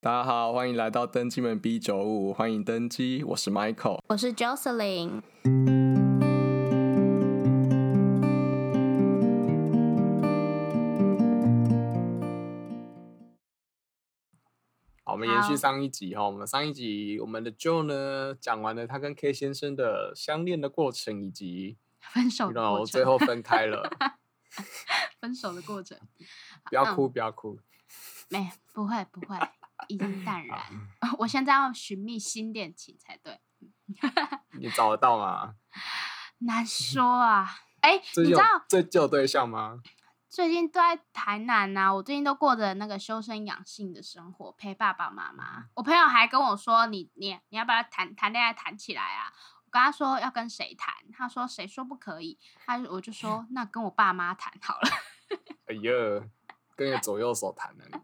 大家好，欢迎来到登机门 B 九五，欢迎登机，我是 Michael。我是 Jocelyn。好，我们延续好上一集哈，我们上一集我们的 Joe 呢讲完了他跟 K 先生的相恋的过程，以及分手的然后哦过最程，后分开 了，分手的过程，不要嗯哭，不要哭。没不会不会，已经淡然。 我现在要寻觅新恋情才对，你找得到吗？难说啊。哎、嗯最近你知有道最近有对象吗？最近都在台南呐、我最近都过着那个修身养性的生活，陪爸爸妈嗯妈。我朋友还跟我说，你你你要不要谈谈恋爱谈起来啊？我跟他说要跟谁谈，他说谁说不可以，他我 就说那跟我爸妈谈好了，哎呀，跟个左右手谈呢、你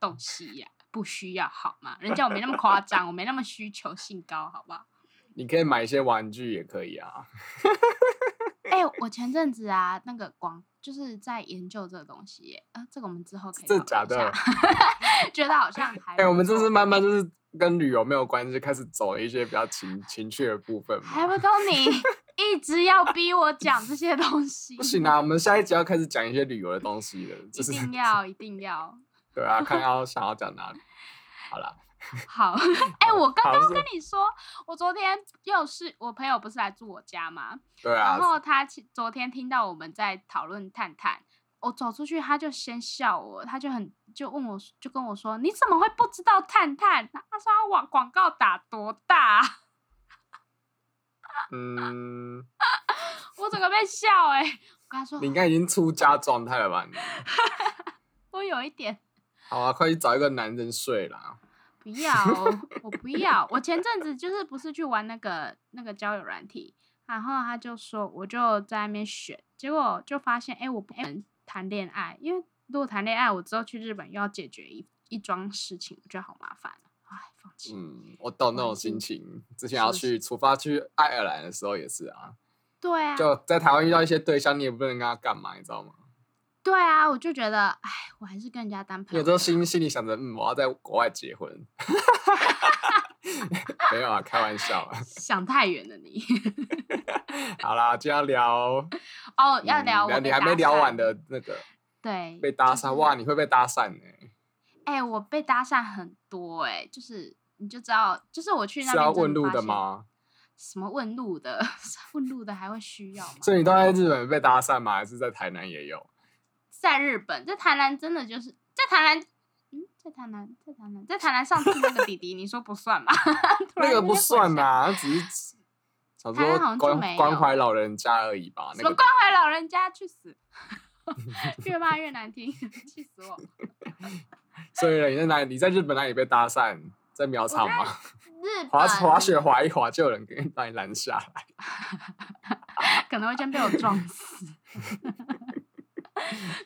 东西呀、不需要好吗？人家我没那么夸张，我没那么需求性高，好不好？你可以买一些玩具也可以啊。哎、我前阵子啊，那个广就是在研究这个东西耶，啊、这个我们之后可以真讨的假论一下的？ 觉得 好像还哎、我们不这错是慢慢就是跟旅游没有关系，开始走一些比较情情趣的部分嘛。还不够你一直要逼我讲这些东西，不行啊，我们下一集要开始讲一些旅游的东西了，一就是 定要一定要对啊，看要想要讲哪里。好啦，好。 哎、我刚好刚是跟你说，我昨天又是我朋友不是来住我家吗？对啊然，后他其昨天听到我们在讨论探探，我走出去，他就先笑我，他就很就问我，就跟我说：“你怎么会不知道探探？”他说：“他网广告打多大啊、 嗯，我整个被笑哎、我跟他说你应该已经出家状态了吧？你我有一点好啊，快去找一个男人睡啦。不要，哦我不要。我前阵子就是不是去玩那个那个交友软体，然后他就说我就在那边选，结果就发现哎、诶我不能谈恋爱，因为如果谈恋爱，我之后去日本又要解决一一桩事情，我觉得好麻烦啊，哎，放弃。嗯，我懂那种环心境情。之前要是去出发去爱尔兰的时候也是啊，对啊，就在台湾遇到一些对象，你也不能跟他干嘛，你知道吗？对啊，我就觉得哎，我还是跟人家当朋有友时候吧。心心里想着，嗯，我要在国外结婚。 没有啊，开玩笑啊。想太远了你 好啦，就要聊哦，要嗯聊我你被还没搭聊完讪的那个对被搭就讪，是哇，你会被搭讪欸呢、哎、我被搭讪很多哎、就是你就知道，就是我去是那边要真问路发的现？吗？什么问路的？ 问路的还会需要吗？所以你都在日本被搭讪吗？还是在台南也有？在日本，在台南真的就是在台南，嗯，在台南，在台南，在台南上次那个弟弟，你说不算吗？突那然个不之间回算想， 啦，那只是想台南说好像就没关关有怀老人家而已吧。什那么个关怀老人家，去死！越骂越难听， 气死我！所以你在哪里？你在日本哪里被搭讪？在苗场吗？日滑本滑雪滑一滑就有人给你把你拦下来。可能会先被我撞死。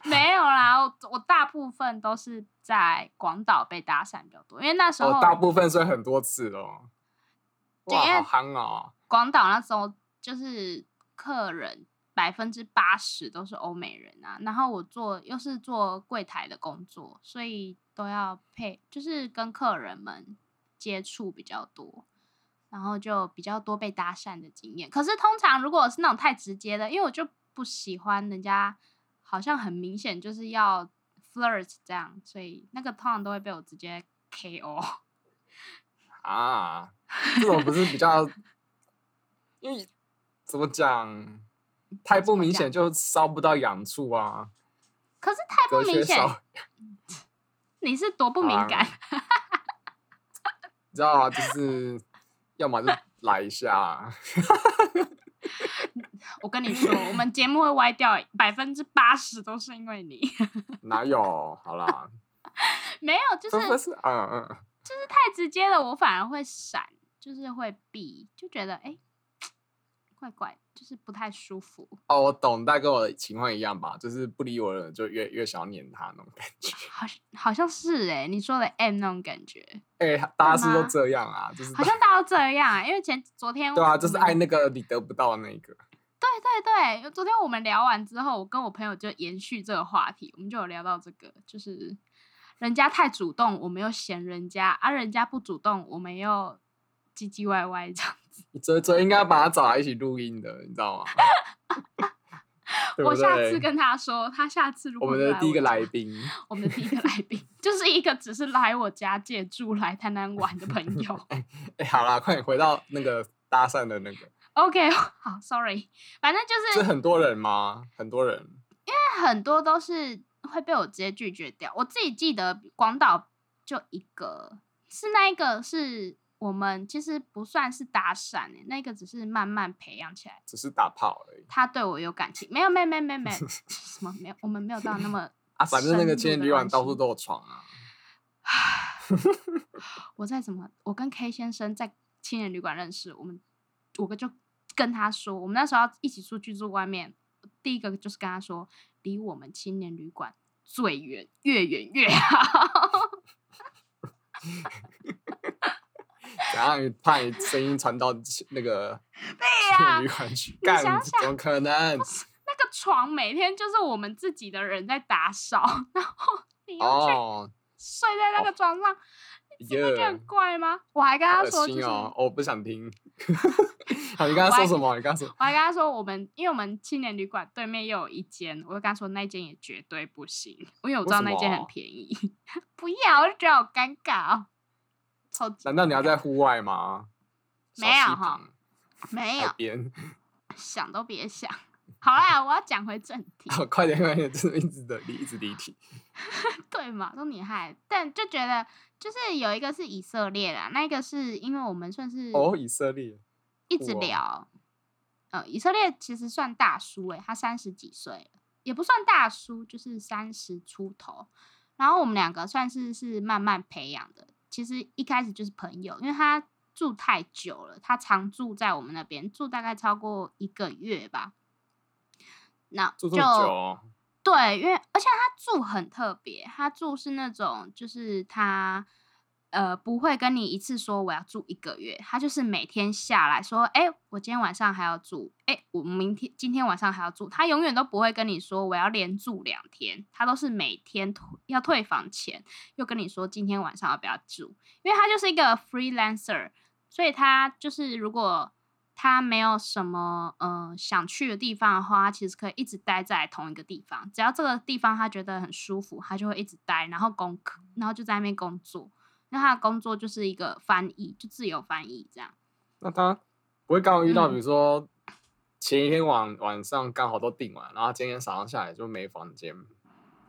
没有啦，我我大部分都是在广岛被搭讪比较多，因为那时候、哦，大部分所以很多次哦。对哇，因为好憨哦！广岛那时候就是客人百分之八十都是欧美人啊，然后我做又是做柜台的工作，所以都要配，就是跟客人们接触比较多，然后就比较多被搭讪的经验。可是通常如果是那种太直接的，因为我就不喜欢人家好像很明显就是要 flirt 这样，所以那个通常都会被我直接 KO。啊，这种不是比 较，因为怎么讲，太不明显就烧不到痒处啊， 可是太不隔明靴显，搔，你是多不敏啊感？你知道吗？就是要么就来一下，我跟你说，我们节目会歪掉，百分之八十都是因为你。 哪有？好啦，没有， 就真是的是，嗯嗯，就是太直接了，我反而会闪，就是会避，就觉得哎、诶怪怪，就是不太舒服。哦，我懂，大概跟我的情况一样吧，就是不理我的人就越越想要撵他那种感觉。 好，好像是哎、你说的 M 那种感觉，哎、大家是不是都吗这样啊，就是好像大家都这样啊、因为前昨天对啊，我就是们爱那个你得不到的那个。对对对，昨天我们聊完之后，我跟我朋友就延续这个话题，我们就有聊到这个，就是人家太主动，我们又嫌人家啊；人家不主动，我们又唧唧歪歪这样子。泽泽应该把他找来一起录音的，你知道吗？ 对不我下次对跟他说，他下次如我果们又的来第一个我家来，宾， 我们的第一个来宾就是一个只是来我家借住来台南玩的朋友。 哎、好啦，快点回到那个搭讪的那 个， OK，好，Sorry，反正就是是很多人吗？很多人，很多都是会被我直接拒绝掉。我自己记得广岛就一个，是那一个是我们其实不算是搭讪、欸，那个只是慢慢培养起来。只是打炮而已他对我有感情，没有，没有，没有，没有，没 有什么没有，我们没有到那么。啊。反正那个深青入年的旅馆关到处系都有床啊。我在怎么，我跟 K 先生在青年旅馆认识，我们我跟就跟他说，我们那时候要一起出去住外面，第一个就是跟他说，离我们青年旅馆最远，越远越好。 怎样？你怕你声音传到去那 个呀去旅馆去？干，想怎么可能？那个床每天就是我们自己的人在打扫，然后你又去哦，睡在那个床上，你耶不觉得很怪吗？我还跟他恶说，就心是、哦！哦我不想 听。好，你刚才说什么？你刚才说我还跟他说，我们因为我们青年旅馆对面又有一间，我就跟他说那间也绝对不行，因为我知道为什么啊那间很便宜。 不要，我就觉得好尴尬哦。超级难道你要在户外吗？没有小溪哈旁，没海有边。想都别想。好啦，我要讲回正题。哦，快点，快点，真的一直的离，一直离题。对嘛，都你害，但就觉得就是有一个是以色列啦，那一个是因为我们算是哦，以色列，一直哇聊，呃，以色列其实算大叔欸诶、他三十几岁了，也不算大叔，就是三十出头。然后我们两个算是是慢慢培养的，其实一开始就是朋友，因为他住太久了，他常住在我们那边，住大概超过一个月吧。那住就这么久哦，对，因为而且他住很特别，他住是那种就是他呃不会跟你一次说我要住一个月，他就是每天下来说，哎、我今天晚上还要住，哎、我明天今天晚上还要住，他永远都不会跟你说我要连住两天，他都是每天退要退房前又跟你说今天晚上要不要住，因为他就是一个 freelancer，所以他就是如果他没有什么呃想去的地方的话，他其实可以一直待在同一个地方，只要这个地方他觉得很舒服，他就会一直待，然后工然后就在那边工作。那他的工作就是一个翻译，就自由翻译这样。那他不会刚好遇到，嗯比如说前一天晚晚上刚好都订完，然后今天早上下来就没房间，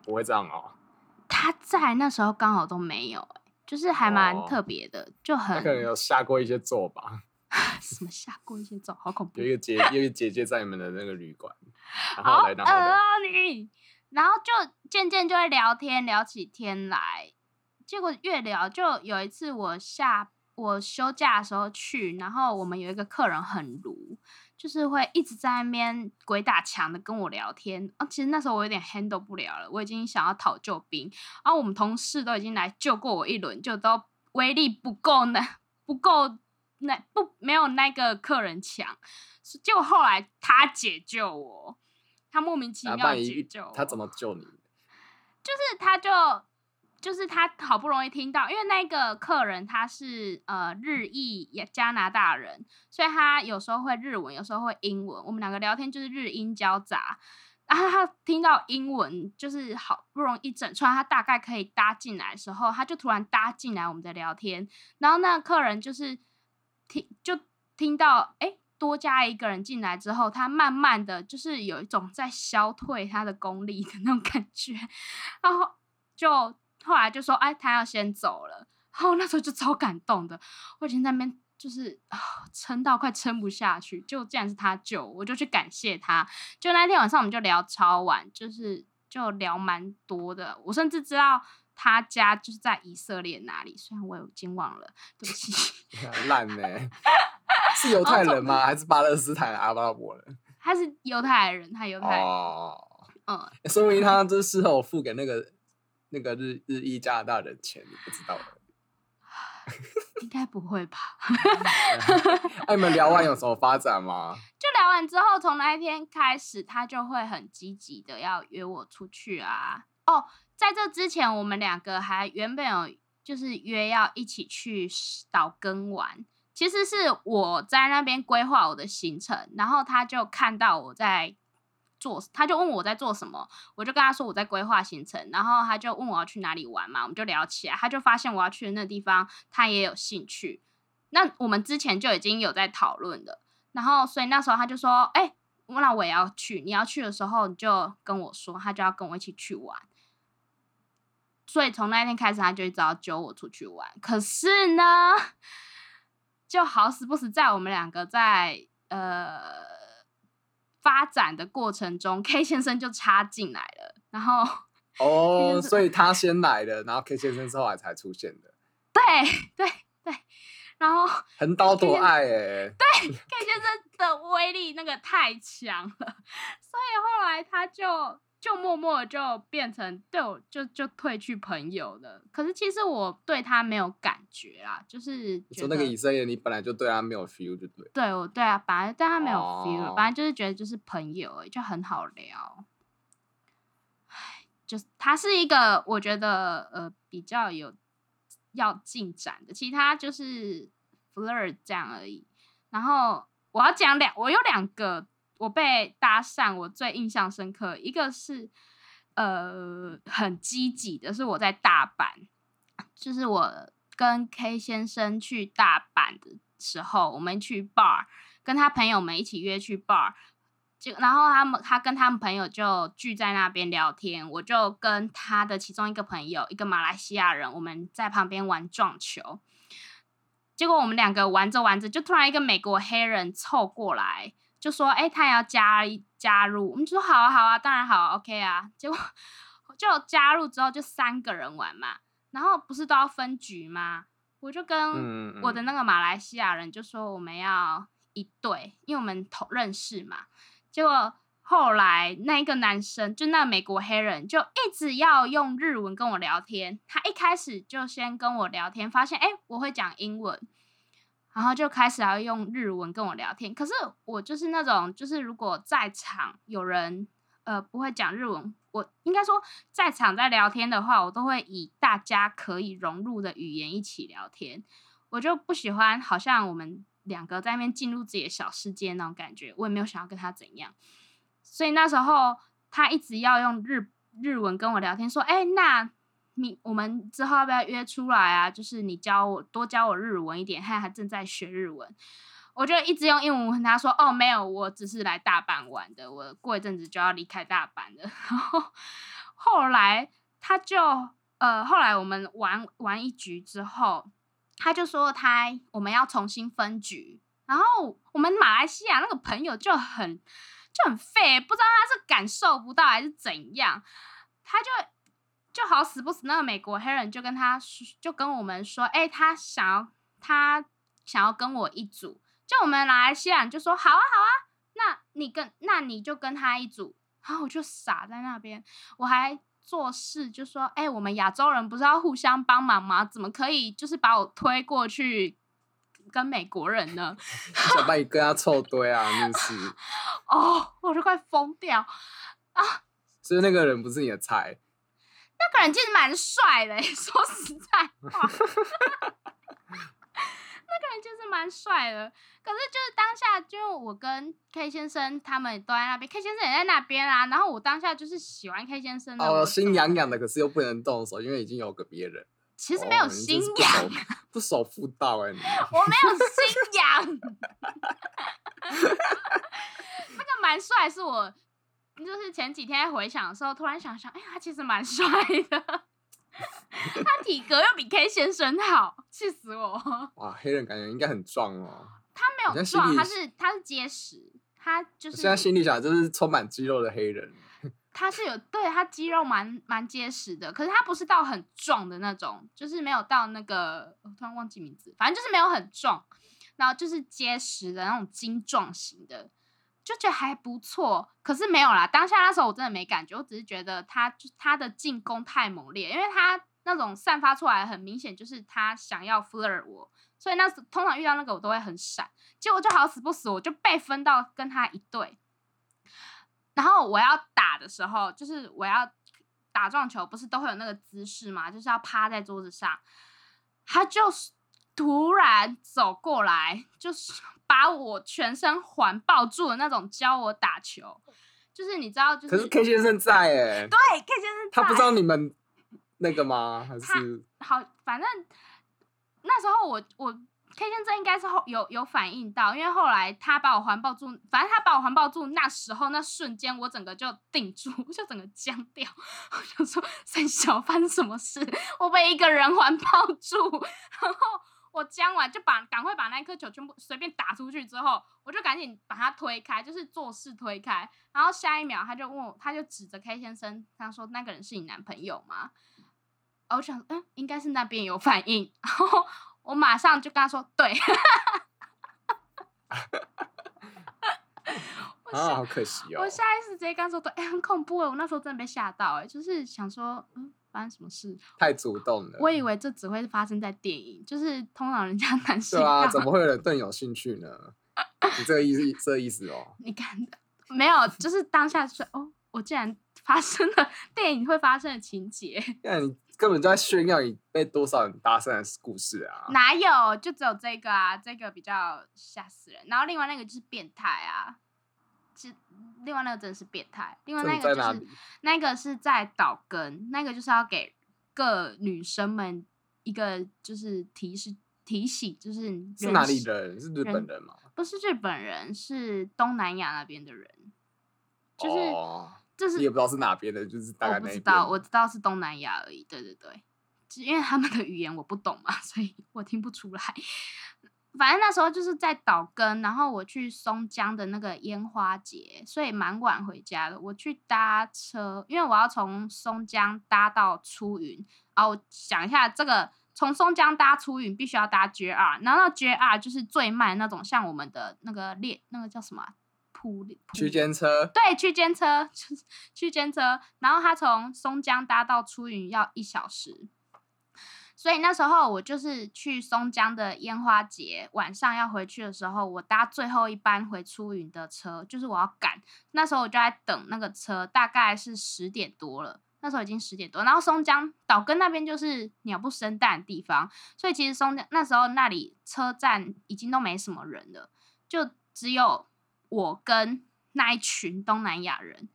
不会这样哦。嗯他在那时候刚好都没有、欸，就是还哦蛮特别的，就很他可能有下过一些咒吧， 什么下过一些种，好恐怖有一。个姐，有一个姐姐在你们的那个旅馆，然好后恶来，然后哦来，你，然后就渐渐就会聊天，聊起天来。结果越聊，就有一次我下我休假的时候去，然后我们有一个客人很鲁，就是会一直在那边鬼打墙的跟我聊天。啊，其实那时候我有点 handle 不了了，我已经想要讨救兵，然啊后我们同事都已经来救过我一轮，就都威力不够呢，不够那不没有那个客人强。是结果后来他解救我，他莫名其然后妙万解一救我。他怎么救你？ 就是他就就是他好不容易听到，因为那个客人他是呃日裔也加拿大人，所以他有时候会日文，有时候会英文。我们两个聊天就是日英交杂。然后他听到英文，就是好不容易一整串，他大概可以搭进来的时候，他就突然搭进来我们的聊天。然后那个客人就是听就听到，哎，多加一个人进来之后，他慢慢的就是有一种在消退他的功力的那种感觉。然后就后来就说，哎，他要先走了。然后那时候就超感动的，我已经在那边就是啊撑到快撑不下去，就竟然是他救我，我就去感谢他。就那天晚上我们就聊超晚，就是就聊蛮多的，我甚至知道。他家就是在以色列哪里？虽然我已经忘了，对不起。烂呢、 是哦犹太人吗？还是巴勒斯坦阿拉伯人？他是犹太人，他犹太人，哦，嗯，欸说明他这事后付给那个那个日日裔加拿大人钱，你不知道的。应该不会吧？哎，你们聊完有什么发展吗？就聊完之后，从那一天开始，他就会很积极的要约我出去啊。哦，在这之前，我们两个还原本有就是约要一起去岛根玩，其实是我在那边规划我的行程，然后他就看到我在做，他就问我在做什么，我就跟他说我在规划行程，然后他就问我要去哪里玩嘛，我们就聊起来，他就发现我要去的那地方他也有兴趣，那我们之前就已经有在讨论了，然后所以那时候他就说，哎、那我也要去，你要去的时候你就跟我说，他就要跟我一起去玩。所以从那天开始，他就一直要揪我出去玩。可是呢，就好死不死，在我们两个在呃发展的过程中，K 先生就插进来了，然后哦， 就是所以他先来的，然后 K 先生是后来才出现的，对对对，然后横刀夺先爱哎、 K 先生的威力那个太强了，所以后来他就就默默地就变成对我就就退去朋友了。可是其实我对他没有感觉啦，就是你觉说那个得以色列，你本来就对他没有 feel 就对。对我对啊，反正对他没有 feel，了、哦反正就是觉得就是朋友而已，就很好聊。唉，就是他是一个我觉得呃比较有要进展的，其他就是 flirt 这样而已。然后我要讲两，我有两个我被搭讪，我最印象深刻，一个是呃很积极的，是我在大阪，就是我跟 K 先生去大阪的时候，我们去 bar，跟他朋友们一起约去 bar。就然后他们他跟他们朋友就聚在那边聊天，我就跟他的其中一个朋友，一个马来西亚人，我们在旁边玩撞球。结果我们两个玩着玩着，就突然一个美国黑人凑过来，就说：“哎、他也要加一加入。”我们就说：“好啊，好啊，当然好啊，OK 啊。”结果 就加入之后，就三个人玩嘛，然后不是都要分局吗？我就跟嗯，我的那个个马来西亚人就说我们要一对，因为我们同认识嘛。结果后来那一个男生，就那个美国黑人，就一直要用日文跟我聊天。他一开始就先跟我聊天，发现哎、诶我会讲英文，然后就开始要用日文跟我聊天。可是我就是那种，就是如果在场有人呃不会讲日文，我应该说在场在聊天的话，我都会以大家可以融入的语言一起聊天。我就不喜欢，好像我们两个在那边进入自己的小世界那种感觉。我也没有想要跟他怎样，所以那时候他一直要用日日文跟我聊天，说：“哎、那你我们之后要不要约出来啊？就是你教我多教我日文一点，他还正在学日文。”我就一直用英文跟他说：“哦，没有，我只是来大阪玩的，我过一阵子就要离开大阪了。”然后后来他就呃，后来我们玩玩一局之后，他就说他我们要重新分局，然后我们马来西亚那个朋友就很就很废，不知道他是感受不到还是怎样，他就就好死不死，那个美国黑人就跟他说就跟我们说，哎、他想要他想要跟我一组，就我们马来西亚人就说好啊好啊，那你跟那你就跟他一组，然后我就傻在那边，我还做事就说，哎、我们亚洲人不是要互相帮忙吗？怎么可以就是把我推过去跟美国人呢？ 想把你跟他凑堆啊，真的是。哦，我就快疯掉。所以那个人不是你的菜，那个人其实蛮帅的、 说实在话， 那个人其实蛮帅的。可是就是当下，就我跟 K 先生他们都在那边，K 先生也在那边啊。然后我当下就是喜欢 K 先生的，哦，我心痒痒的，可是又不能动手，因为已经有个别人。其实没有哦 心，你真痒，是不守不守妇道哎、你 我没有心痒。 那个蛮帅，是我就是前几天回想的时候，突然想想，哎、他其实蛮帅的， 他体格又比 K 先生好，气死我！哇，黑人感觉应该很壮哦。他没有你在心壮，里他是他是结实，他就我是现在心里想，就是充满肌肉的黑人，他是有对他肌肉蛮蛮结实的，可是他不是到很壮的那种，就是没有到那个我突然忘记名字，反正就是没有很壮，然后就是结实的那种精壮型的，就觉得还不错。可是没有啦，当下那时候我真的没感觉，我只是觉得他就他的进攻太猛烈，因为他那种散发出来很明显就是他想要 flirt 我，所以那时通常遇到那个我都会很闪，结果就好死不死我就被分到跟他一队。然后我要打的时候，就是我要打撞球不是都会有那个姿势吗？就是要趴在桌子上，他就是突然走过来，就是把我全身环抱住的那种教我打球，就是你知道，就可是 K 先生 在哎、对 K 先生他在不知道你们那个吗？还是好，反正那时候我我 K 先生应该是后有有反应到，因为后来他把我环抱住，反正他把我环抱住那时候那瞬间，我整个就定住， 我就整个僵掉， 我想说三小发生什么事，我被一个人环抱住，然后。我僵完就把赶快把那一颗球全部随便打出去之后，我就赶紧把它推开，就是做事推开。然后下一秒他就问我，他就指着 K 先生，他说：“那个人是你男朋友吗？”哦，我想，嗯，应该是那边有反应，然后我马上就跟他说，对，我啊，下、好可惜哦我。下意识直接跟他说，对，哎、很恐怖哎，我那时候真的被吓到哎，就是想说，嗯，发生什么事？太主动了。我以为这只会发生在电影，就是通 常人家男性对啊，干怎嘛么会有人对你有兴趣呢？你这个意思，这个意思哦。 你看的没有，就是当下就是哦，我竟然发生了电影会发生的情节，那你根本就在炫耀你被多少人搭讪的故事啊！哪有？就只有这个啊，这个比较吓死人。然后另外那个就是变态啊，是另外那个真的是变态。另外这那你在个哪就里是？那个是在岛根，那个就是要给各女生们一个就是提示提醒，就是是哪人里是？人？是日本人吗？不是日本人，是东南亚那边的人，就是、哦，这是你也不知道是哪边的，就是大概哦我不那一知边道，我知道是东南亚而已。对对对，只因为他们的语言我不懂嘛， 所以我听不出来。反正那时候就是在岛根，然后我去松江的那个烟花节，所以蛮晚回家的。我去搭车，因为我要从松江搭到出云。哦，我想一下，这个从松江搭出云必须要搭 JR，然后那 JR 就是最慢那种，像我们的那个列那个叫什么啊普区普间车，对，区间车， 就是区间车。然后他从松江搭到出云要一小时，所以那时候我就是去松江的烟花节，晚上要回去的时候，我搭最后一班回出云的车，就是我要赶。那时候我就在等那个车，大概是十点多了。那时候已经十点多，然后松江岛根那边就是鸟不生蛋的地方，所以其实松江那时候那里车站已经都没什么人了，就只有我跟那一群东南亚人。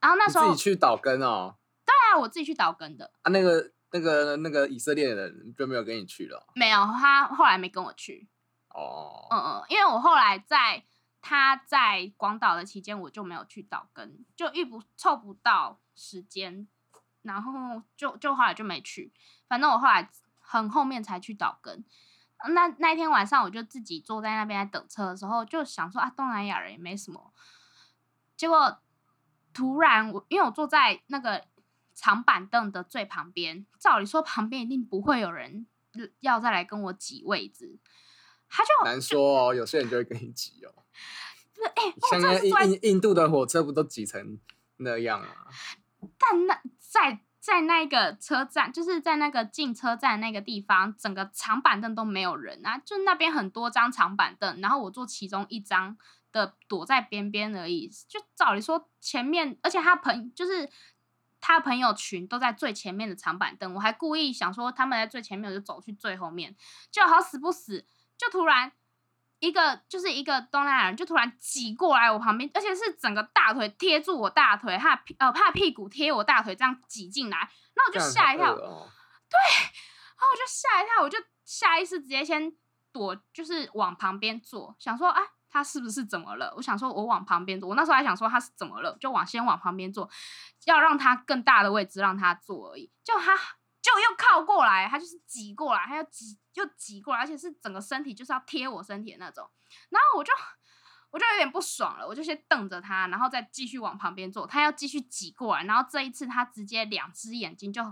然后那你自时候己去岛根哦。对啊，我自己去岛根的，啊，那个、那个、那个以色列人就没有跟你去了没有他后来没跟我去，哦。嗯嗯，因为我后来在他在广岛的期间，我就没有去岛根，就遇不凑不到时间，然后就就后来就没去。反正我后来很后面才去岛根。那那一天晚上，我就自己坐在那边在等车的时候，就想说啊，东南亚人也没什么。结果突然我，因为我坐在那个长板凳的最旁边，照理说旁边一定不会有人要再来跟我挤位置，他就 难说哦，有些人就会跟你挤哦。不是，哎、像我真那的是印突然印印度的火车不都挤成那样啊？但那在在那个车站，就是在那个进车站那个地方，整个长板凳都没有人啊，就那边很多张长板凳，然后我坐其中一张的，躲在边边而已。就照理说前面，而且他朋就是他朋友群都在最前面的长板凳，我还故意想说他们在最前面，我就走去最后面，就好死不死，就突然一个就是一个东南亚人就突然挤过来我旁边，而且是整个大腿贴住我大腿，他的屁呃他的屁股贴我大腿这样挤进来，那我就这样好吓一跳，恶哦。然后我就吓一跳，我就下意识直接先躲，就是往旁边坐，想说啊，他是不是怎么了？我想说我往旁边坐，我那时候还想说他是怎么了，就往先往旁边坐，要让他更大的位置让他坐而已。就他就又靠过来，他就是挤过来，他要挤又挤过来，而且是整个身体就是要贴我身体的那种。然后我就我就有点不爽了，我就先瞪着他，然后再继续往旁边坐。他要继续挤过来，然后这一次他直接两只眼睛就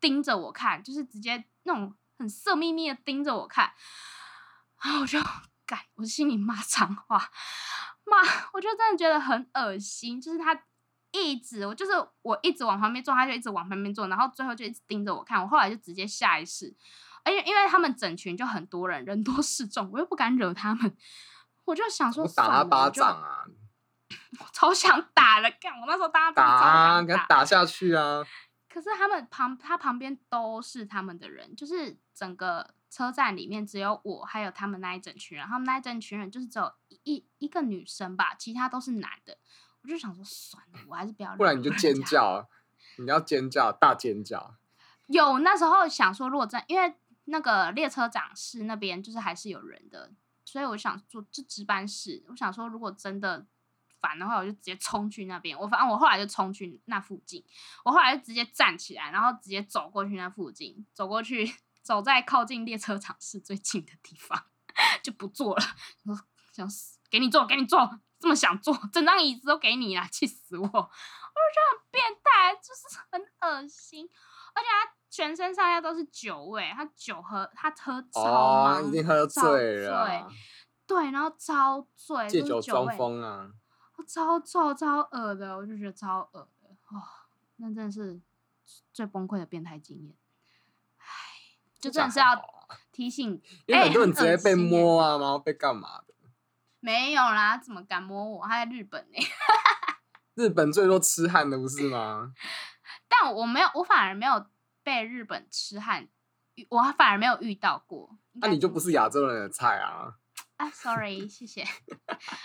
盯着我看，就是直接那种很色眯眯的盯着我看。然后我就改，我心里骂脏话，骂，我就真的觉得很恶心。就是他一直，我就是我一直往旁边坐，他就一直往旁边坐，然后最后就一直盯着我看。我后来就直接下意识，而且因为他们整群就很多人，人多势众，我又不敢惹他们，我就想说我打算他了巴我就掌啊！超想打的，干！我那时候当他打啊，巴掌超想给他打，打下去啊！可是他们旁他旁边都是他们的人，就是整个车站里面只有我还有他们那一整群人，他们那一整群人就是只有一一一个女生吧，其他都是男的。我就想说，算了，我还是不要。不然你就 尖。叫，啊你要尖叫，大尖叫。有那时候想说，如果真因为那个列车长室那边就是还是有人的，所以我想做就值班室。我想说，如果真的烦的话，我就直接冲去那边。我反正我后来就冲去那附近，我后来就直接站起来，然后直接走过去那附近，走过去，走在靠近列车长室最近的地方就不坐了。我说想死，给你坐，给你坐，这么想坐，整张椅子都给你啦，气死我！我就觉得很变态，就是很恶心。而且他全身上下都是酒味，他酒喝他喝超哦，忙已经喝超醉了，对，然后超醉，借就是啊酒酒装味，疯啊！我超臭超恶的，我就觉得超恶的，哦，那真的是最崩溃的变态经验，唉，就真的是这样还要好啊提醒，因为哎很多人直很恶接被心耶摸啊，然后被干嘛的？没有啦，怎么敢摸我？他在日本呢、 日本最多痴汉的不是吗？但我没有，我反而没有被日本痴汉，我反而没有遇到过。应那、该啊你就这么不是亚洲人的菜啊！啊，sorry，谢谢，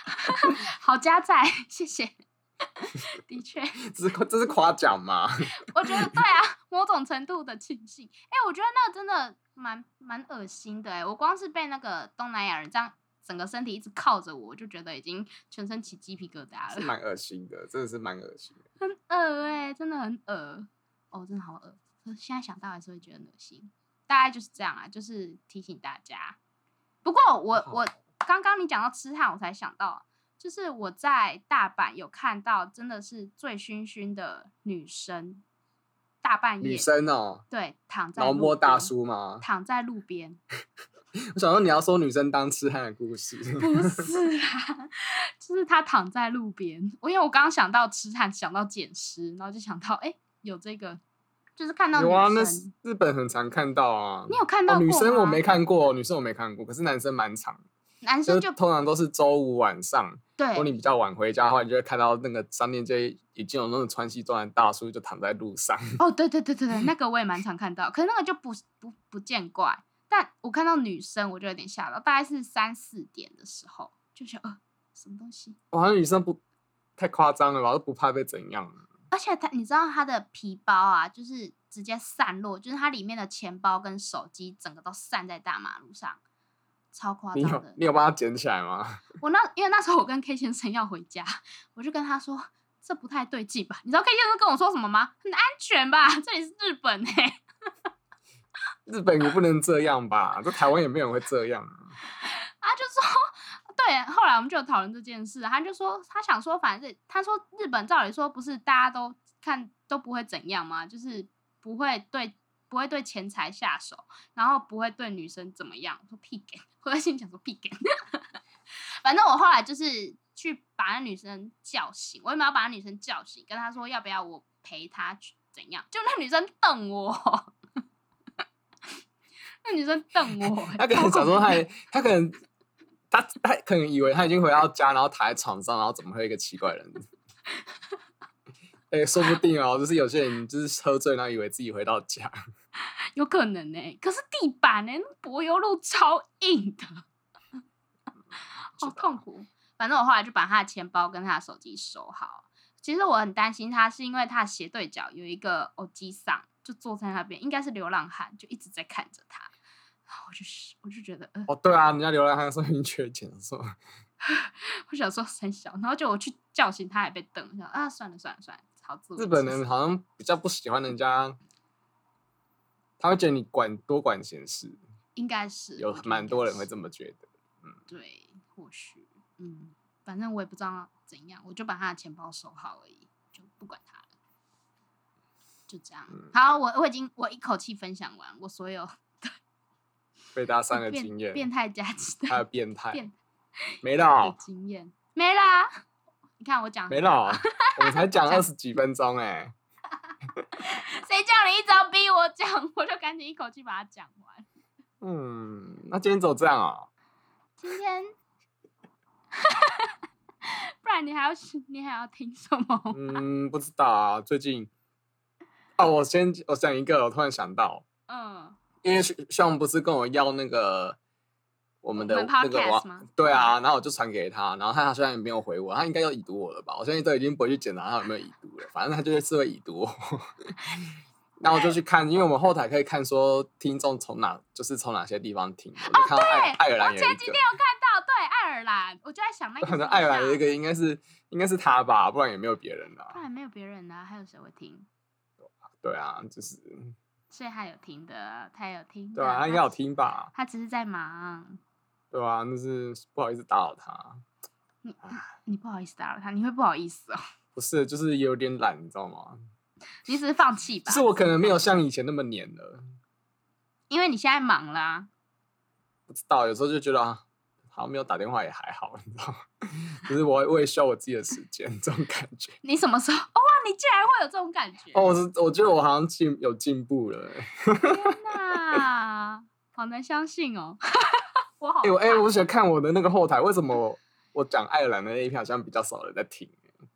好加载，谢谢。 的确，这是这是夸奖 嘛？我觉得对啊，某种程度的庆幸。哎、我觉得那个真的蛮蛮恶心的哎、我光是被那个东南亚人这样整个身体一直靠着我，我就觉得已经全身起鸡皮疙瘩是了，蛮恶心的，真的是蛮恶心的。很恶哎、真的很恶。哦，真的好恶，可是现在想到还是会觉得很恶心。大概就是这样啊，就是提醒大家。不过我我好刚刚你讲到痴汉，我才想到，就是我在大阪有看到，真的是醉醺醺的女生，大半夜女生哦、对躺在然后路摸大边叔啊嘛。躺在路 边，我想说你要说女生当痴汉的故事，不是啊，就是她躺在路边。我因为我刚刚想到痴汉，想到捡尸，然后就想到哎、诶有这个，就是看到女有生，啊，那是日本很常看到啊。你有看到哦，过吗、女生我没看过，女生我没看过，可是男生蛮常，男就生是就通常都是周五晚上，如果你对比较晚回家的话，你就会看到那个商店街已经有那种穿西装的大叔就躺在路上。 哦，对对对对对，那个我也蛮常看到，可是那个就不是不不见怪。但我看到女生，我就有点吓到，大概是三四点的时候，就想呃什么东西，哇，那女生不太夸张了吧？都不怕被怎样？而且他，你知道他的皮包啊，就是直接散落，就是它里面的钱包跟手机整个都散在大马路上，超夸你张有的。你有帮他捡起来吗？ 我那因为那时候我跟 K 先生要回家，我就跟他说这不太对劲吧？你知道 K 先生跟我说什么吗？很安全吧？这里是日本哎、日本也不能这样吧？这台湾也没有人会这样啊。他就说， 对，后来我们就有讨论这件事，他就说他想说，反正他说日本照理说不是大家都看都不会怎样吗？就是不会对不会对钱财下手，然后不会对女生怎么样。我说屁给， 我在心里想说屁给。 反正我后来就是去把那女生叫醒，我也没有把那女生叫醒，跟她说要不要我陪她去怎样，就那女生瞪我。 那女生瞪 我、欸，他 可能想说超恐他怖还，他可能，他他可能以为他已经回到家，然后躺在床上，然后怎么会有一个奇怪的人？ 哎、说不定哦，就是有些人就是喝醉，然后以为自己回到家，有可能呢、可是地板呢、欸那柏油路超硬的，好痛苦。反正我后来就把他的钱包跟他的手机收好。其实我很担心他，是因为他的斜对角有一个欧基桑，就坐在那边，应该是流浪汉，就一直在看着他。然后我就是，我就觉得，呃，哦，对啊，人家流浪汉说明缺钱，说我想说很小，然后就我去叫醒他，还被瞪一下啊，算了算了算了，好自我日本其实人好像比较不喜欢人家，他会觉得你管多管闲事，应该是有我觉得蛮应该多人会是这么觉得。对，或许，嗯，反正我也不知道怎样，我就把他的钱包收好而已，就不管他了，就这样。嗯好，我我已经我一口气分享完我 所有被搭讪的变经验，变态加值还有的变态，变没的了，哦经验没啦。你看我讲没了，哦我们才讲二十几分钟哎、谁叫你一直要逼我讲，我就赶紧一口气把它讲完。嗯，那今天走这样啊、今天，不然你还要你还要听什么？嗯嗯，不知道啊，最近哦，我先我讲一个，我突然想到，嗯，因为像不是跟我要那个我们的我们那个 podcast 网吗对啊，然后我就传给他，然后他虽然也没有回我，他应该要已读我了吧？我现在都已经不会去检查他有没有已读了，反正他就是会已读我。 然后我就去看，因为我们后台可以看说听众从哪，就是从哪些地方听。我就看到爱爱尔哦我兰有前一几个天，有看到，对，爱尔兰，我就在想那我个想 是说爱尔兰有一不是个应该是应该是他吧，不然也没有别人啦、啊，不然没有别人啊，还有谁会听？对啊，就是所以他有听的，他有听的，对啊，他应该有，听吧？他只是在忙，对啊，那是不好意思打扰他。你不好意思打扰他，你会不好意思哦，不是，就是有点懒，你知道吗？你只是放弃吧就是，我可能没有像以前那么黏了，因为你现在忙啦、不知道，有时候就觉得啊，好像没有打电话也还好，你知道吗？ 就是我会我也需要我自己的时间，这种感觉。你什么时候？哦哇，你竟然会有这种感觉！哦，我是我觉得我好像进有进步了、欸。那啊好难相信哦， 我好哎、我哎、我想看我的那个后台，为什么我我讲爱尔兰的那一篇好像比较少人在听、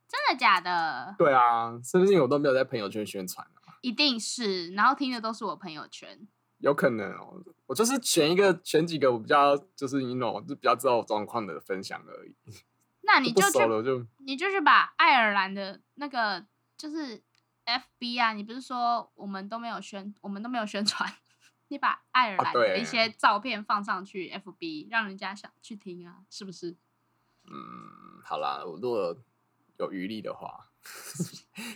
真的假的？对啊，是不是因为我都没有在朋友圈宣传啊、一定是，然后听的都是我朋友圈。有可能哦，我就是选一个选几个我比较就是你 know 就比较知道我状况的分享而已。那你不就熟了去，我就嗯你就去把爱尔兰的那个就是 FB 啊，你不是说我们都没有宣，我们都没有宣传，你把爱尔啊兰的对一些照片放上去 FB，让人家想去听啊，是不是？嗯，好啦，我如果有余力的话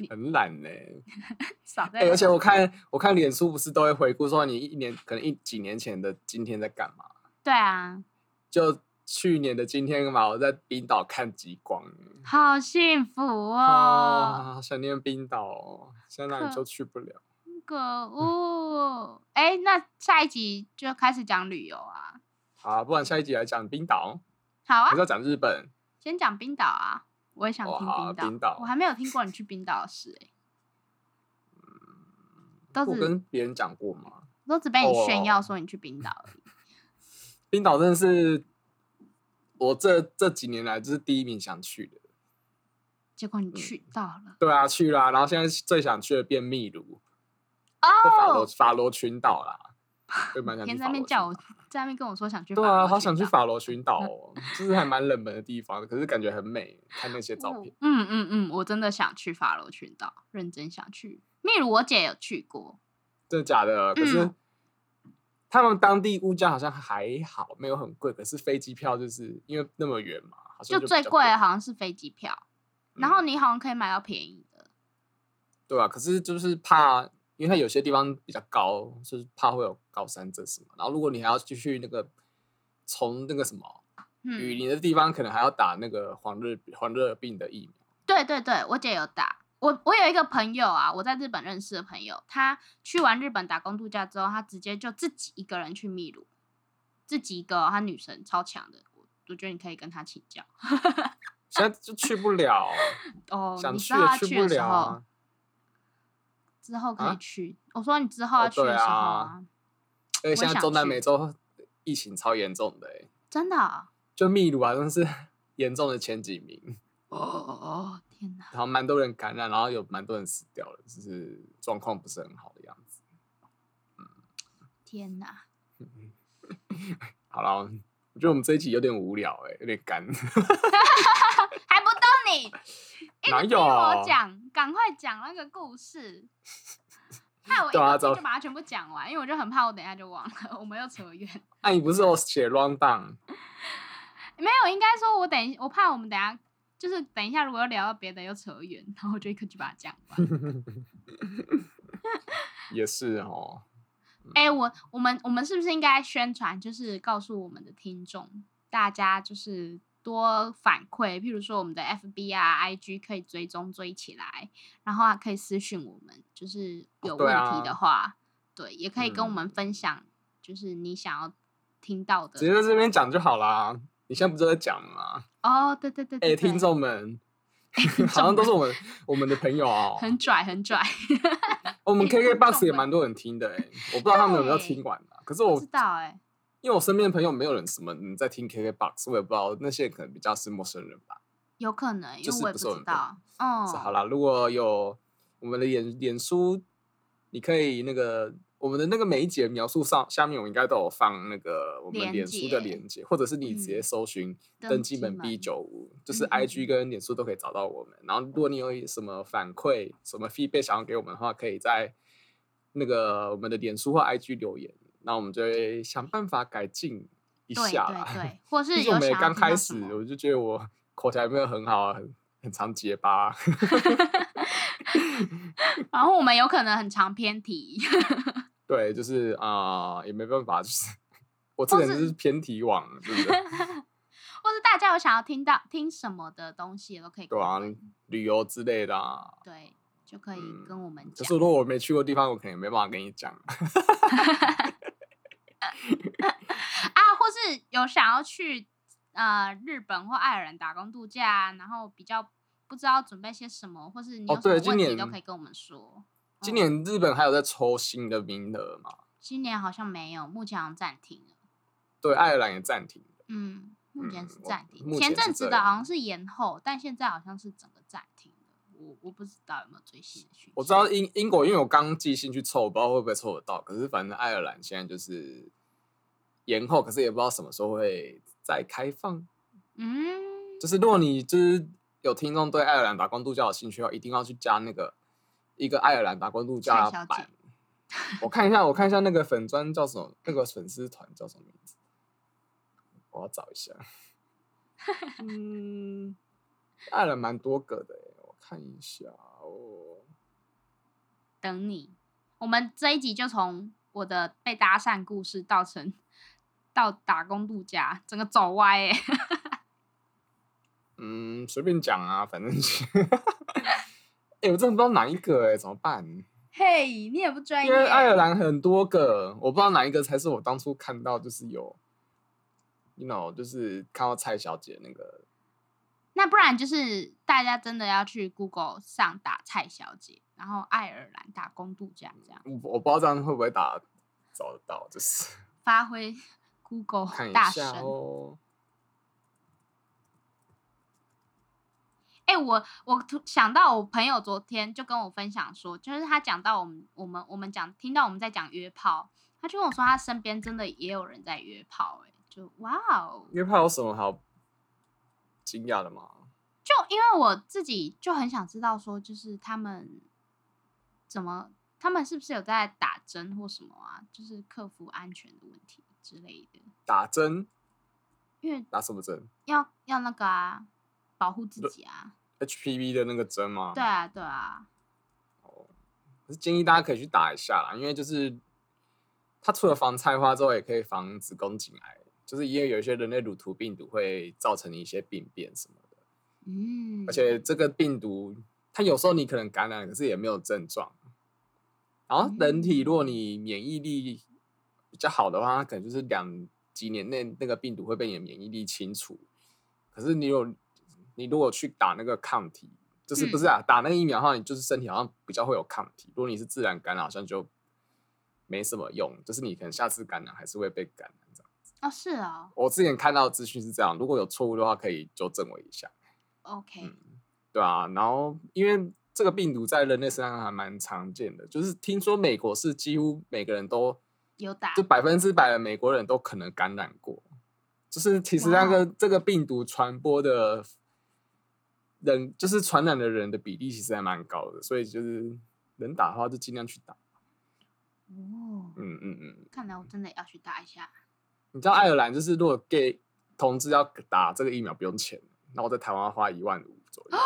你，很懒呢、少在哎、而且我看我看脸书不是都会回顾说你一年可能一几年前的今天在干嘛？对啊，就去年的今天嘛，我在冰岛看极光。好幸福哦。啊，好想念冰岛哦！现在哪里可都去不了。可恶！哎、那下一集就开始讲旅游啊。好啊，不然下一集来讲冰岛，好啊还是，要讲日本？先讲冰岛啊。我也想哦听好啊冰岛，冰岛我还没有听过你去冰岛的事哎、都嗯我只跟别人讲过吗？都只被你炫耀哦说你去冰岛而已。冰岛真的是我这这几年来就是第一名想去的。结果你嗯去到了对啊，去啦、然后现在最想去的变秘鲁或法罗哦，法罗群岛 啦，我也蛮想去天法在那罗边群叫我岛。在那边跟我说想去法对国岛，啊，好想去法罗群岛哦，就是还蛮冷门的地方，可是感觉很美，看那些照片。嗯嗯嗯，我真的想去法罗群岛，认真想去。秘鲁我姐有去过，真的假的？可是嗯他们当地物价好像还好，没有很贵，可是飞机票就是因为那么远嘛，好像就就最比较贵嗯贵的好像是飞机票，然后你好像可以买到便宜的。对啊，可是就是怕，因为它有些地方比较高，就是怕会有高山症什么。然后如果你还要继续那个从那个什么嗯，雨林的地方，可能还要打那个黄热黄热病的疫苗。对对对，我姐有打。我我有一个朋友啊，我在日本认识的朋友，他去完日本打工度假之后，他直接就自己一个人去秘鲁，自己一个哦、他女神超强的，我我觉得你可以跟他请教。现在就去不了，哦，想你去知道他也去去不的时了候，啊。之后可以啊去。我说你之后哦要去的对时候啊啊，而我且现在想中南去美洲疫情超严重的、欸，真的哦就秘鲁好像是 严重的前几名，哦哦天哪！然后蛮多人感染，然后有蛮多人死掉了，就是状况不是很好的样子。天哪！好了，我觉得我们这一集有点无聊、欸，哎，有点干。还不到你，一哪直听我有 讲，赶快讲那个故事。害我一对啊口气走就把它全部讲完，因为我就很怕我等一下就忘了，我们又扯远。那、啊你不是有写 round down？没有，应该说我等一，我怕我们等一下就是等一下，如果又聊到别的又扯远，然后我就一口气把它讲完。 也是哦，哎、我我们我们是不是应该宣传，就是告诉我们的听众，大家就是多反馈，譬如说我们的 FB 啊、IG 可以追踪追起来，然后还啊可以私讯我们，就是哦有对问啊题的话，对，也可以跟我们嗯分享，就是你想要听到直接的。在这边讲就好啦。你现在不是在讲 吗？哦，对对对哎、对对听众们，听好像都众是我们我们的朋友哦。 很拽 很拽，我们听众 KKBox 也们蛮多人听的哎、我不知道他们有没有对听完啊。可是我知道哎、因为我身边的朋友没有人什么人在听 KKBox，我也不知道那些可能比较是陌生人吧。有可能，因就为是我也不不是我知们的道。哦，是好啦，如果有我们的脸脸书你可以那个我们的那个每一节描述上下面我应该都有放那个我们连脸书的结连接，或者是你直接嗯搜寻登登记记本门 B 九五，就是嗯嗯 IG 跟脸书都可以找到我们。然后如果你有什么反馈、什么 feedback 想要给我们的话，可以在那个我们的脸书或 IG 留言，那我们就会想办法改进一对下啦。对对，或就是是有我们想也要刚听到开什始，么我就觉得我口才没有很好啊，很很常结巴啊。然后我们有可能很常偏题，对，就是啊、也没办法，就是 我这或个人就是是偏题王，对不对？或是大家有想要听到听什么的东西也都可以跟对啊 我们，旅游之类的、啊。对，就可以嗯跟我们可讲。是如果我没去过的地方，我可能也没办法跟你讲。 啊，或是有想要去呃日本或爱尔兰打工度假啊，然后比较不知道准备些什么，或是你哦有什么对今问题都年可以跟我们说。今嗯年日本还有在抽新的名额嘛？今年好像没有，目前好像暂停了。对，爱尔兰也暂停。嗯，目前嗯是我暂停。目前前是阵子这的样好像是延后，但现在好像是整个暂停了。我我不知道有没有最新的讯息。我知道英英国，因为我刚寄信去凑，我不知道会不会凑得到。可是反正爱尔兰现在就是延后，可是也不知道什么时候会再开放。嗯，就是如果你就是有听众对爱尔兰打工度假有兴趣的话，一定要去加那个一个爱尔兰打工度假蔡小姐版。我看一下，我看一下那个粉砖叫什么，那个粉丝团叫什么名字？我要找一 下。嗯，爱尔兰蛮多个的耶，我看一下哦。等你。我们这一集就从我的被搭讪故事到成到打工度假，整个走歪 哎、嗯，随便讲啊，反正就。 哎、我真的不知道哪一个哎、怎么办？嘿你也不专业。因为爱尔兰很多个，我不知道哪一个才是我当初看到就是有，you know，就是看到蔡小姐那个，那不然就是大家真的要去 Google 上打蔡小姐，然后爱尔兰打工度假这样，我我不知道这样会不会打找得到，就是发挥 Google 看一大下神。哦。哎、我我突想到我朋友昨天就跟我分享说，就是他讲到我们我们我们讲听到我们在讲约炮，他就跟我说他身边真的也有人在约炮、哎，就哇哦，约炮有什么好惊讶的吗？就因为我自己就很想知道说，就是他们怎么，他们是不是有在打针或什么啊？就是克服安全的问题之类的，打针因为打什么针要要那个啊，保护自己啊， ？HPV 的那个针吗？对啊对啊，可是建议大家可以去打一下啦，因为就是它除了防菜花之后，也可以防子宫颈癌，就是因为有一些人类乳突病毒会造成一些病变什么的，嗯，而且这个病毒它有时候你可能感染，可是也没有症状。然后人体如果你免疫力比较好的话，它可能就是两几年内那个病毒会被你的免疫力清除。可是你有你如果去打那个抗体，就是不是啊？打那个疫苗的话，你就是身体好像比较会有抗体。如果你是自然感染，好像就没什么用，就是你可能下次感染还是会被感染。这样，哦是哦我之前看到的资讯是这样，如果有错误的话，可以纠正我一下。 ，OK，、嗯对啊，然后因为这个病毒在人类身上还蛮常见的，就是听说美国是几乎每个人都有打就，百分之百的美国人都可能感染过，就是其实那哇个这个病毒传播的人，就是传染的人的比例其实还蛮高的，所以就是能打的话就尽量去打。哦，嗯嗯嗯，看来我真的要去打一下，你知道爱尔兰就是如果 gay 同志要打这个疫苗不用钱，那我在台湾要花一万五左右。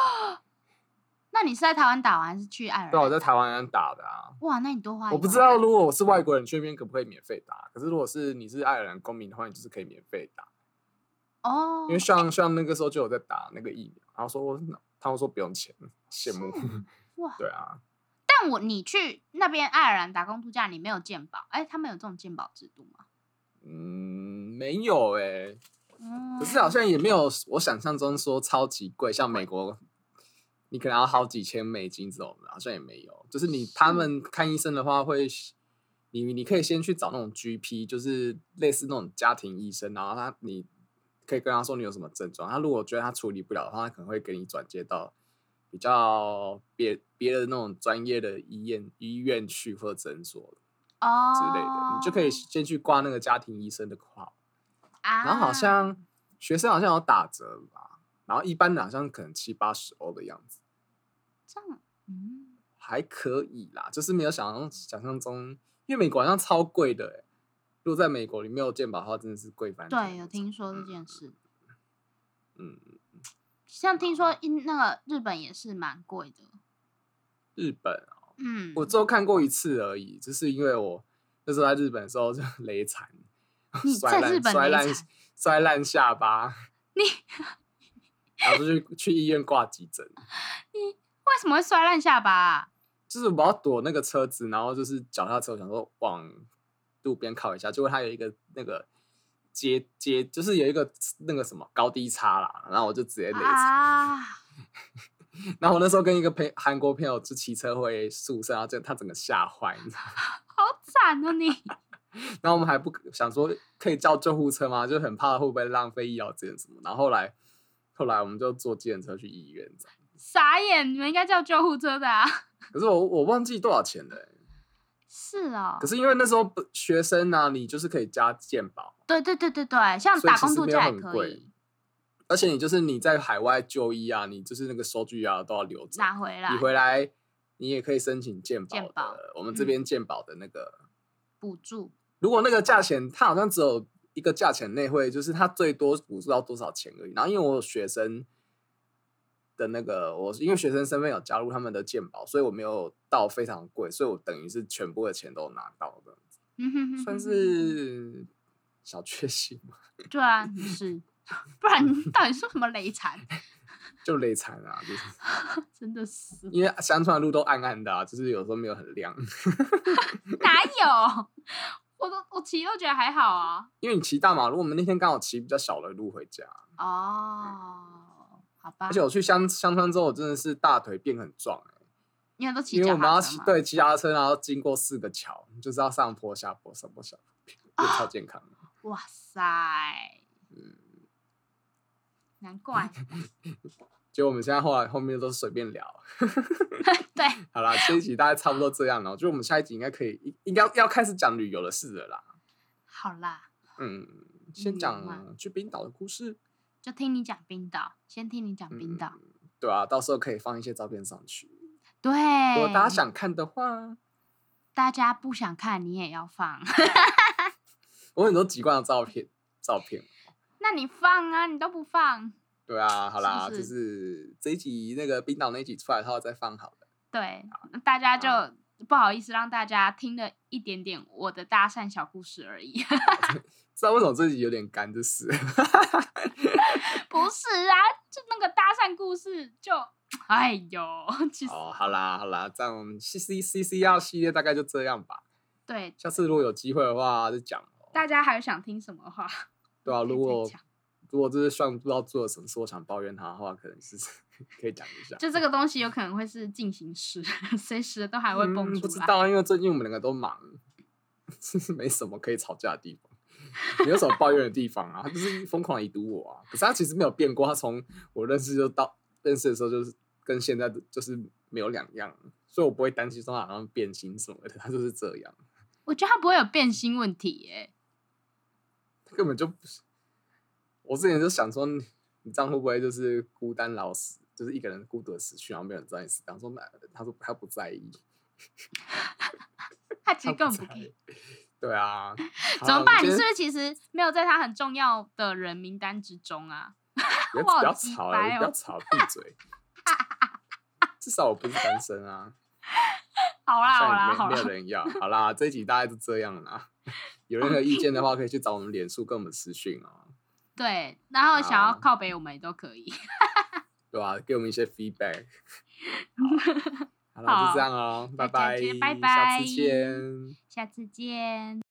那你是在台湾打完还是去爱尔兰？对啊，我在台湾打的啊。哇，那你多花一我不万知道，如果我是外国人，去那边可不可以免费打？可是如果是你是爱尔兰公民的话，你就是可以免费打，哦，因为像像那个时候就有在打那个疫苗，然后说他们说不用钱，羡慕。哇，对啊，但我你去那边爱尔兰打工度假，你没有健保，哎、他们有这种健保制度吗？嗯，没有哎、嗯可是好像也没有我想象中说超级贵，像美国，你可能要好几千美金这种的，好像也没有。就是你他们看医生的话会，你你可以先去找那种 GP，就是类似那种家庭医生，然后他你可以跟他说你有什么症状，他如果觉得他处理不了的话，他可能会给你转接到比较别别的那种专业的医院医院去或者诊所哦之类的，你就可以先去挂那个家庭医生的号。啊，然后好像学生好像有打折吧，然后一般的好像可能七八十欧的样子，这样，嗯，还可以啦，就是没有想象想象中，因为美国好像超贵的、欸，如果在美国你没有健保的话，真的是贵翻天那种。对，有听说这件事，嗯，像听说印那个日本也是蛮贵的，日本啊嗯，我只有看过一次而已，就是因为我那时候在日本的时候就 累惨，你摔在日烂本摔累烂惨摔烂下巴，你 然后就去去医院挂急诊。为什么会摔烂下巴啊？就是我要躲那个车子，然后就是脚踏车，我想说往路边靠一下，结果它有一个那个阶阶，就是有一个那个什么高低差啦，然后我就直接累惨。啊，然后我那时候跟一个朋韩国朋友就骑车回宿舍，然后就他整个吓坏，你知道吗好惨哦你！ 然后我们还不想说可以叫救护车吗？就很怕会不会浪费医疗资源什么。然后后来后来我们就坐计程车去医院，这样傻眼，你们应该叫救护车的啊！可是我我忘记多少钱了欸、是哦可，是因为那时候不学生呢、你就是可以加健保。对对对对对，像所以打其工实度没有假也很可贵以。而且你就是你在海外就医啊，你就是那个收据啊都要留着。拿回来你回来，你也可以申请健保健的。保嗯我们这边健保的那个，补助如果那个价钱，它好像只有一个价钱内会，就是它最多补助到多少钱而已。然后因为我有学生的那个，我是因为学生身份有加入他们的健保，所以我没有到非常贵，所以我等于是全部的钱都拿到的，嗯哼哼哼算哼是小确幸嘛，对啊， 你是，不然你到底是什么累残？ 就累惨啊，就是。 真的是因为乡村的路都暗暗的、啊，就是有时候没有很亮。 哪有？ 我都我骑都觉得还好啊。因为你骑大马路，我们那天刚好骑比较小的路回家，哦，好吧而，且我去乡乡村之后，我真的是大腿变很壮、欸、因为都骑因为脚我们要踏车骑嘛。对骑脚踏车，然后经过四个桥，你就是要上坡下坡上坡下啊坡，也超健康的。哇塞，嗯难怪。结果我们现在后来后面都是随便聊，对，好啦，这一集大概差不多这样了。就我们下一集应该可以，应应该要开始讲旅游的事了啦。好啦，嗯，先旅游嘛讲去冰岛的故事，就听你讲冰岛，先听你讲冰岛。对啊，到时候可以放一些照片上去。对，如果大家想看的话，大家不想看，你也要放。 我有很多籍贯的照片，照片。那你放啊，你都不放。对啊，好啦，是不是就是这一集那个冰岛那一集出来的话再放好了。对，那大家就好不好意思让大家听了一点点我的搭讪小故事而已。 知道为什么这集有点干，就是 了不是啊，就那个搭讪故事就，哎呦，其实、哦，好啦好啦，这样 C C C C R 系列大概就这样吧。对下次如果有机会的话就讲哦。大家还想听什么话？ 对啊，可以如再果讲如果这是算不知道做了什么事，我想抱怨他的话，可能是 可以讲一下。就这个东西有可能会是进行式，随时 都还会蹦出来。嗯。不知道，因为最近我们两个都忙， 就是没什么可以吵架的地方。你有什么抱怨的地方啊？他就是疯狂地已读我啊！可是他其实没有变过，他从我认识就到认识的时候，就是跟现在的就是没有两样，所以我不会担心说他好像变心什么的，他就是这样，我觉得他不会有变心问题耶、他根本就不是。我之前就想说，你你这样会不会就是孤单老死，就是一个人孤独的死去，然后没有人知道你死？然后说那他说他不在意，他其他实根不本不在 care。 对啊， 怎好么我办？今你是天不是其实没有在他很重要的人名单之中啊？ 不要哇不要好鸡吵掰了，不哦要吵，闭嘴。至少我不是单身啊，好啦好啦好像也没没啦有，人要。好啦，这一集大概就这样啦。有任何意见的话，可以去找我们脸书跟我们私讯哦，对，然后想要好啊靠北我们也都可以。对吧、给我们一些 feedback。好啦，就这样哦，拜大家拜，见拜下拜次见。下次见。